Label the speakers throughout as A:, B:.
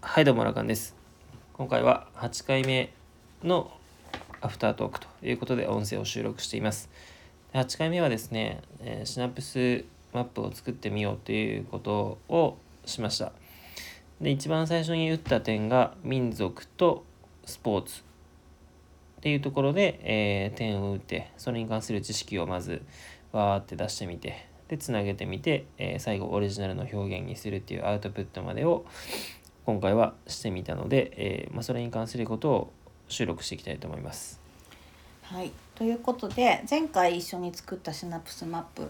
A: はいどうもラカンです今回は8回目のアフタートークということで音声を収録しています8回目はですね、えーシナプスマップを作ってみようということをしましたで一番最初に打った点が民族とスポーツっていうところで、えー点を打ってそれに関する知識をまずわーって出してみてでつなげてみて、えー最後オリジナルの表現にするっていうアウトプットまでを今回はしてみたので、えーまあ、それに関することを収録していきたいと思います。
B: はい、ということで前回一緒に作ったシナプスマップ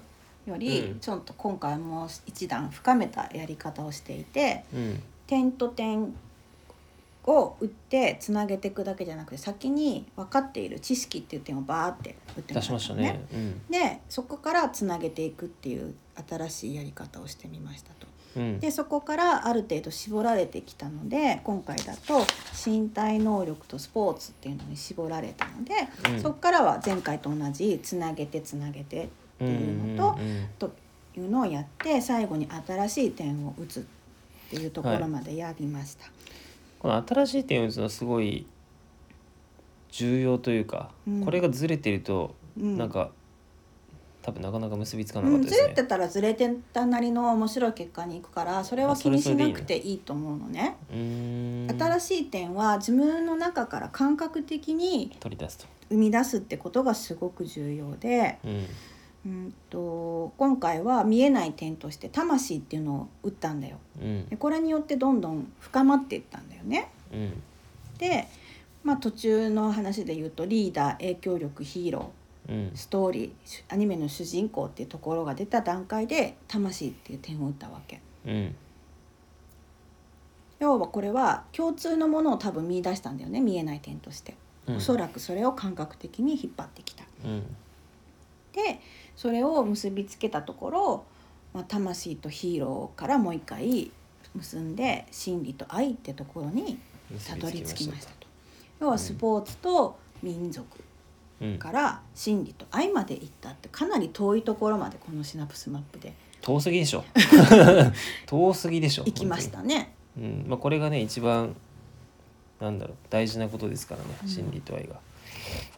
B: より、
A: うん
B: ちょっと今回も一段深めたやり方をしていて
A: うん、
B: 点と点を打ってつなげていくだけじゃなくて先に分かっている知識っていう点をバーって打って
A: 出しましたね。
B: でそこからつなげていくっていう新しいやり方をしてみましたと。
A: うん、うん、
B: でそこからある程度絞られてきたので今回だと身体能力とスポーツっていうのに絞られたので、
A: うん
B: そこからは前回と同じつなげてつなげて
A: う
B: っていうの
A: ん
B: と
A: うんうん
B: というのをやって最後に新しい点を打つっていうところまでやりました。
A: この新しい点を打つのはすごい重要というか、
B: うん
A: これがずれてると
B: うん
A: なんか、多分なかなか結びつか
B: う
A: なかっ
B: ん、
A: たで
B: ず
A: す
B: れ
A: ね。
B: てたらずれてたなりの面白い結果に行くからそれは気にしなくていいと思うのね。
A: うーん
B: 新しい点は自分の中から感覚的に
A: 取り出すと。
B: 生み出すってことがすごく重要で、
A: うん
B: うん、と今回は見えない点として魂っていうのを打ったんだよ。
A: うん
B: でこれによってどんどん深まっていったんだよね。
A: うん
B: で、まあ、途中の話で言うとリーダー影響力ヒーロ
A: うん
B: ーストーリーしアニメの主人公っていうところが出た段階で魂っていう点を打ったわけ。
A: うん
B: 要はこれは共通のものを多分見出したんだよね見えない点として。
A: うん
B: おそらくそれを感覚的に引っ張ってきた。
A: うん
B: でそれを結びつけたところ、まあ、魂とヒーローからもう一回結んで真理と愛ってところにたどり着きましたと。要はスポーツと民族
A: うん
B: から真理と愛まで行ったってかなり遠いところまでこのシナプスマップで
A: 遠すぎで しょ遠すぎでしょ
B: 行きましたね。
A: 本当にうんまあ、これがね一番なんだろう大事なことですからね
B: うん
A: 心理と愛が、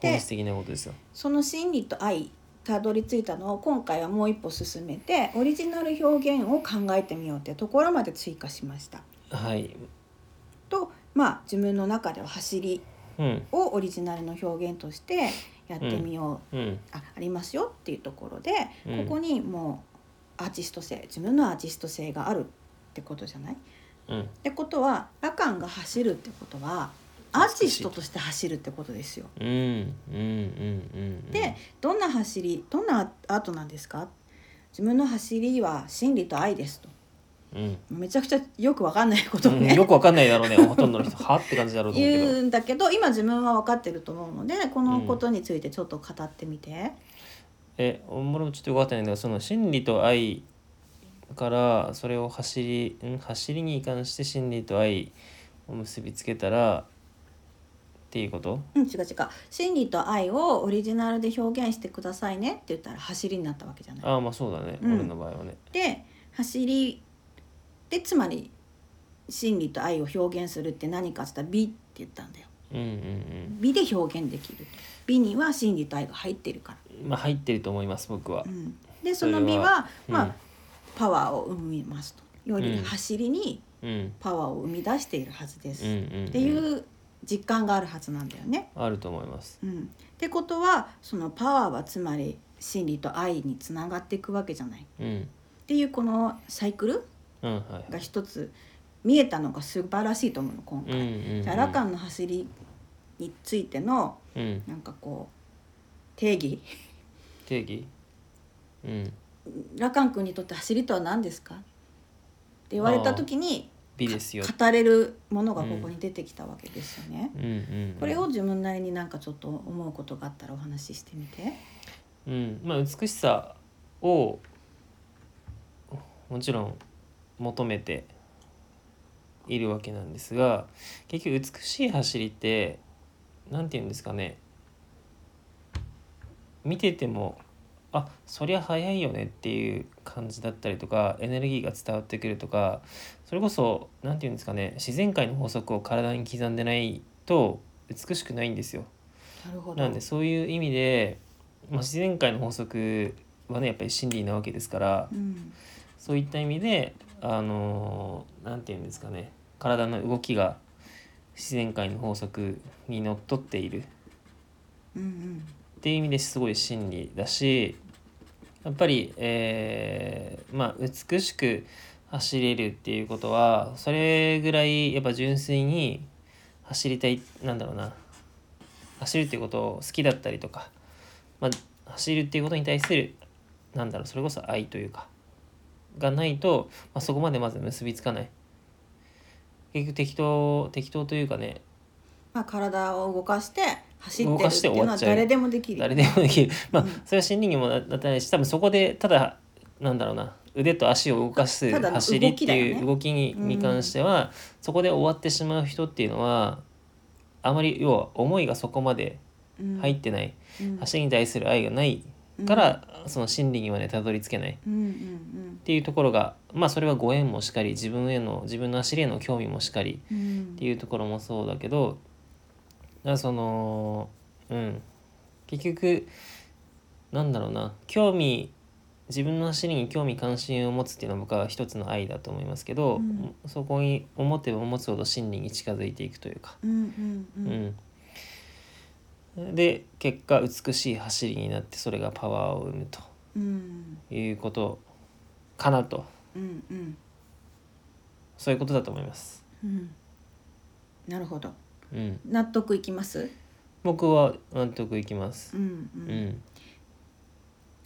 B: で
A: 本質的なことですよ
B: その真理と愛たどり着いたのを今回はもう一歩進めてオリジナル表現を考えてみようってところまで追加しました。
A: はい
B: とまあ自分の中では走り
A: うん
B: をオリジナルの表現としてやってみよう、
A: うん
B: あありますよっていうところで、
A: うん
B: ここにもうアーティスト性自分のアーティスト性があるってことじゃないっ
A: うん
B: てことはラカンが走るってことはアーティストとして走るってことですよ。
A: うんうんうんうん
B: でどんな走りどんなアートなんですか自分の走りは真理と愛ですと
A: うん、
B: めちゃくちゃよくわかんないこと
A: う
B: を
A: ん、
B: ね、
A: よくわかんない だろうねほとんどの人はって感じだろうと思うけ
B: 言
A: ど
B: うんだけど今自分は分かってると思うのでこのことについてちょっと語ってみて。
A: え俺もちょっとよくわかってないんだけどその心理と愛からそれを走りん走りに関して心理と愛を結びつけたらっていうこと
B: うん、違う違う真理と愛をオリジナルで表現してくださいねって言ったら走りになったわけじゃない。
A: ああまあそうだね、
B: うん
A: 俺の場合はね
B: で走りでつまり真理と愛を表現するって何かって言ったら美って言ったんだよ。
A: うんうん
B: 美で表現できる。美には真理と愛が入ってるから。
A: うんまあ入ってると思います僕は
B: うん、でその美は
A: それは
B: まあ、
A: うん
B: パワーを生みますと。より
A: うん
B: 走りに
A: うん
B: パワーを生み出しているはずです。
A: うん
B: っ
A: うん、うん、
B: ていう実感があるはずなんだよね。
A: あると思います
B: うん、ってことはそのパワーはつまり真理と愛につながっていくわけじゃないっ
A: うん
B: ていうこのサイクル
A: うんは
B: が一つ見えたのが素晴らしいと思うの
A: いうんう
B: 今回。
A: ん
B: じゃあラカンの走りについての
A: うん
B: なんかこう定義
A: 定義うん
B: ラカン君にとって走りとは何ですかって言われた時に
A: 美ですよ
B: 語れるものがここに出てきたわけですよね。
A: うんうんうん
B: これを自分なりになんかちょっと思うことがあったらお話ししてみて。
A: うんまあ、美しさをもちろん求めているわけなんですが結局美しい走りって何て言うんですかね見ててもあそりゃ早いよねっていう感じだったりとかエネルギーが伝わってくるとかそれこそ何て言うんですかね自然界の法則を体に刻んでないと美しくないんですよ。
B: なるほど
A: なんでそういう意味で、まあ、自然界の法則はねやっぱり真理なわけですから
B: うん
A: そういった意味であの何て言うんですかね体の動きが自然界の法則にのっとっている
B: うんうん
A: っていう意味ですごい真理だしやっぱり、えーまあ、美しく走れるっていうことはそれぐらいやっぱ純粋に走りたいなんだろうな走るっていうことを好きだったりとか、まあ、走るっていうことに対するなんだろうそれこそ愛というかがないと、まあ、そこまでまず結びつかない結局適当適当というかね
B: まあ、体を動かして走って
A: 動
B: る
A: か
B: っ
A: してて
B: いう
A: 終
B: の
A: わ
B: は
A: っちゃう
B: 誰でもでき る
A: 誰でもできるまあ、
B: うん
A: それは心理にもななったりし多分そこでただなんだろうな腕と足を動かす
B: ただの
A: 走りって
B: 動きだよ
A: い
B: ね
A: う動きに,、
B: うん
A: に関してはそこで終わってしまう人っていうのはあまり要は思いがそこまで
B: うん
A: 入ってない、
B: うん
A: 走りに対する愛がないから、その心理にまでたどり着けないっ
B: うんうんうん
A: ていうところがまあそれはご縁もしかり自分への自分の走りへの興味もしかり
B: うんうん
A: っていうところもそうだけどだからそのうん結局なんだろうな興味自分の走りに興味関心を持つっていうのは僕は一つの愛だと思いますけど、
B: うん
A: そこに思てば持つほど真理に近づいていくというか、
B: うんう
A: うんんで結果美しい走りになってそれがパワーを生むと
B: うん
A: いうことかなと
B: うんうん
A: そういうことだと思います。
B: うんなるほど
A: うん、
B: 納得いきます
A: 僕は納得いきます。
B: うんう、
A: うんん、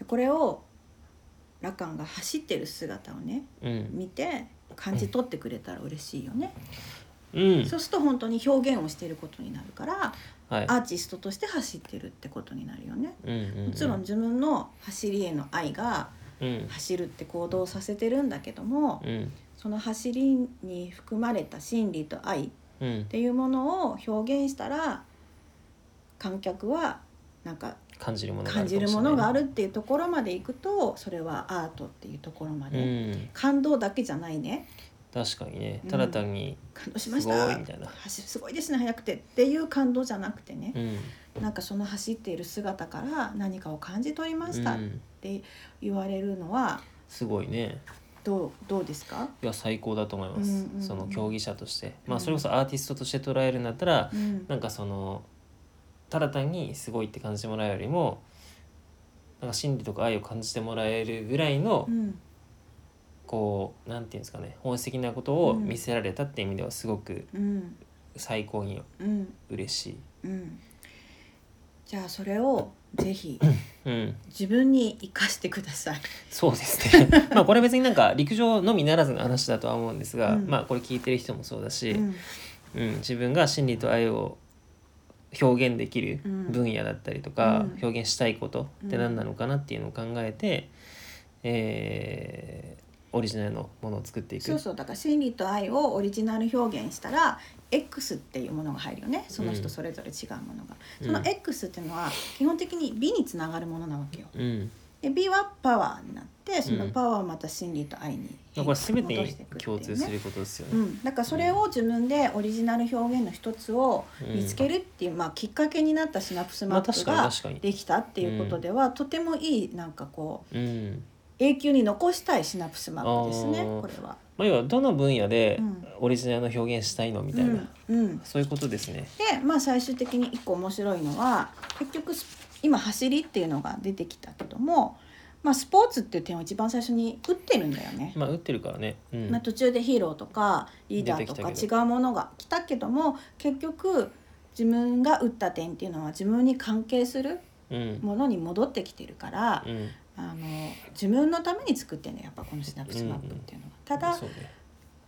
B: これをラカンが走ってる姿をね
A: うん、
B: 見て感じ取ってくれたら嬉しいよね、
A: うん、
B: そうすると本当に表現をしていることになるから
A: はい。
B: アーティストとして走ってるってことになるよね
A: も
B: もちろん、自分の走りへの愛が
A: うん
B: 走るって行動をさせてるんだけども
A: うん
B: その走りに含まれた心理と愛っ
A: うん、
B: ていうものを表現したら観客はなんか
A: 感じるものがあ
B: 感
A: る
B: じ
A: か
B: る
A: しれ
B: も
A: ない
B: のがあるっていうところまでいくとそれはアートっていうところま
A: う
B: で、
A: ん、
B: 感動だけじゃないね
A: 確かにね
B: うん
A: ただ単に
B: 感動し
A: す
B: まし
A: ご
B: た
A: いみたいな、
B: 走すごいですね速くてっていう感動じゃなくてね
A: う、ん
B: なんかその走っている姿から何かを感じ取りま
A: う
B: したっ
A: ん、
B: て言われるのは
A: すごいね
B: どうどうですか、
A: いや最高だと思います、
B: うんうんうん
A: その競技者として、まあ
B: うん
A: それこそアーティストとして捉えるんだったら、
B: うん
A: なんかそのただ単にすごいって感じてもらうよりもなんか心理とか愛を感じてもらえるぐらいの、
B: うん
A: こうなんていうんですかね本質的なことを
B: うん
A: 見せられたって意味ではすごく
B: うん
A: 最高に
B: うん
A: 嬉しい、
B: うん、じゃあそれをぜひ
A: うん、
B: 自分に生かしてください。
A: そうですね まあこれは別になんか陸上のみならずの話だとは思うんですが、
B: うん
A: まあこれ聞いてる人もそうだし、
B: う
A: うん
B: ん
A: 自分が心理と愛を表現できる
B: うん
A: 分野だったりとか、
B: うん
A: 表現したいことって何なのかなっていうのを考えて、えーオリジナルのものを作っていく
B: そうそうだから心理と愛をオリジナル表現したら X っていうものが入るよねその
A: う
B: 人
A: ん
B: それぞれ違うものが、
A: うん
B: その X っていうのは基本的に美につながるものなわけよ
A: うん、
B: で美はパワーになってその
A: うん
B: パワーはまた心理と愛に
A: まあこれ全て
B: 戻
A: に
B: していくっていう
A: 共
B: ね
A: 通することですよ
B: う
A: ね。
B: ん、だからそれを自分でオリジナル表現の一つを見つけるっていう、まあ、きっかけになったシナプス
A: ま
B: マ
A: あ
B: ップ
A: 確か
B: が
A: に確かに。
B: できたっていうことでは、とてもいいなんかこう
A: うん
B: 永久に残したいシナプスマップですね
A: あー
B: これは。
A: まあ、要はどの分野で
B: うん
A: オリジナルの表現したいのみたいな、
B: うんうん
A: そういうことですね。
B: でまあ最終的に一個面白いのは結局ス今走りっていうのが出てきたけども、まあ、スポーツっていう点を一番最初に打ってるんだよね。
A: まあ打ってるからね。うん
B: まあ、途中でヒーローとかリーダーとか
A: 出てきたけ
B: 違うものが来たけども結局自分が打った点っていうのは自分に関係する
A: うん
B: ものに戻ってきてるから、
A: うん
B: あの自分のために作ってんだよやっぱこのシナプスマップっていうのは。ただ
A: そうね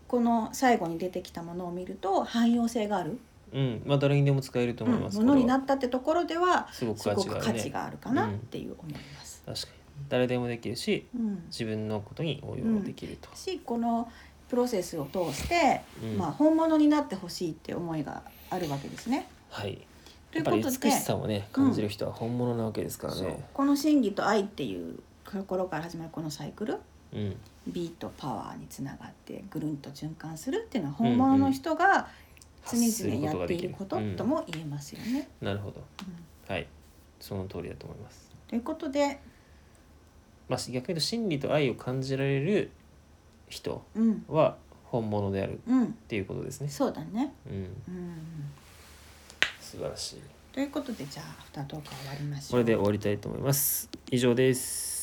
B: この最後に出てきたものを見ると汎用性がある、
A: うんまあ誰にでも使えると
B: うん
A: 思い
B: も
A: ます、
B: のにな
A: こ
B: ったってところでは
A: れはすごく
B: す
A: 価
B: ご
A: 値が
B: く
A: あ
B: 価
A: るね
B: 値があるかなっていう思います。
A: 確かに誰でもできるし
B: うん、
A: 自分のことに応用できると、
B: しこのプロセスを通して、
A: うん
B: まあ、本物になってほしいって思いがあるわけですね。
A: はい
B: とい
A: やっぱ
B: うこ
A: り
B: とで
A: 美しさをね感じる人は本物なわけですから
B: そう
A: ね。
B: この真理と愛っていうところから始まるこのサイクル
A: うん、
B: 美とパワーにつながってぐるんと循環するっていうのは本物の人が常
A: 発する
B: 々
A: こ
B: や
A: と
B: っ
A: が
B: て
A: で
B: い
A: き
B: る
A: る
B: こと
A: うん
B: とも言えますよね。
A: なるほど。
B: うん
A: はい。その通りだと思います。
B: ということで、
A: まあ、逆に言うと真理と愛を感じられる人
B: うん、
A: は本物であるっ
B: うん、
A: ていうことですね。
B: そうだね。
A: うん、
B: うん、
A: 素晴らしい。
B: ということでじゃあアフタートークは終わりましょう。
A: これで終わりたいと思います。以上です。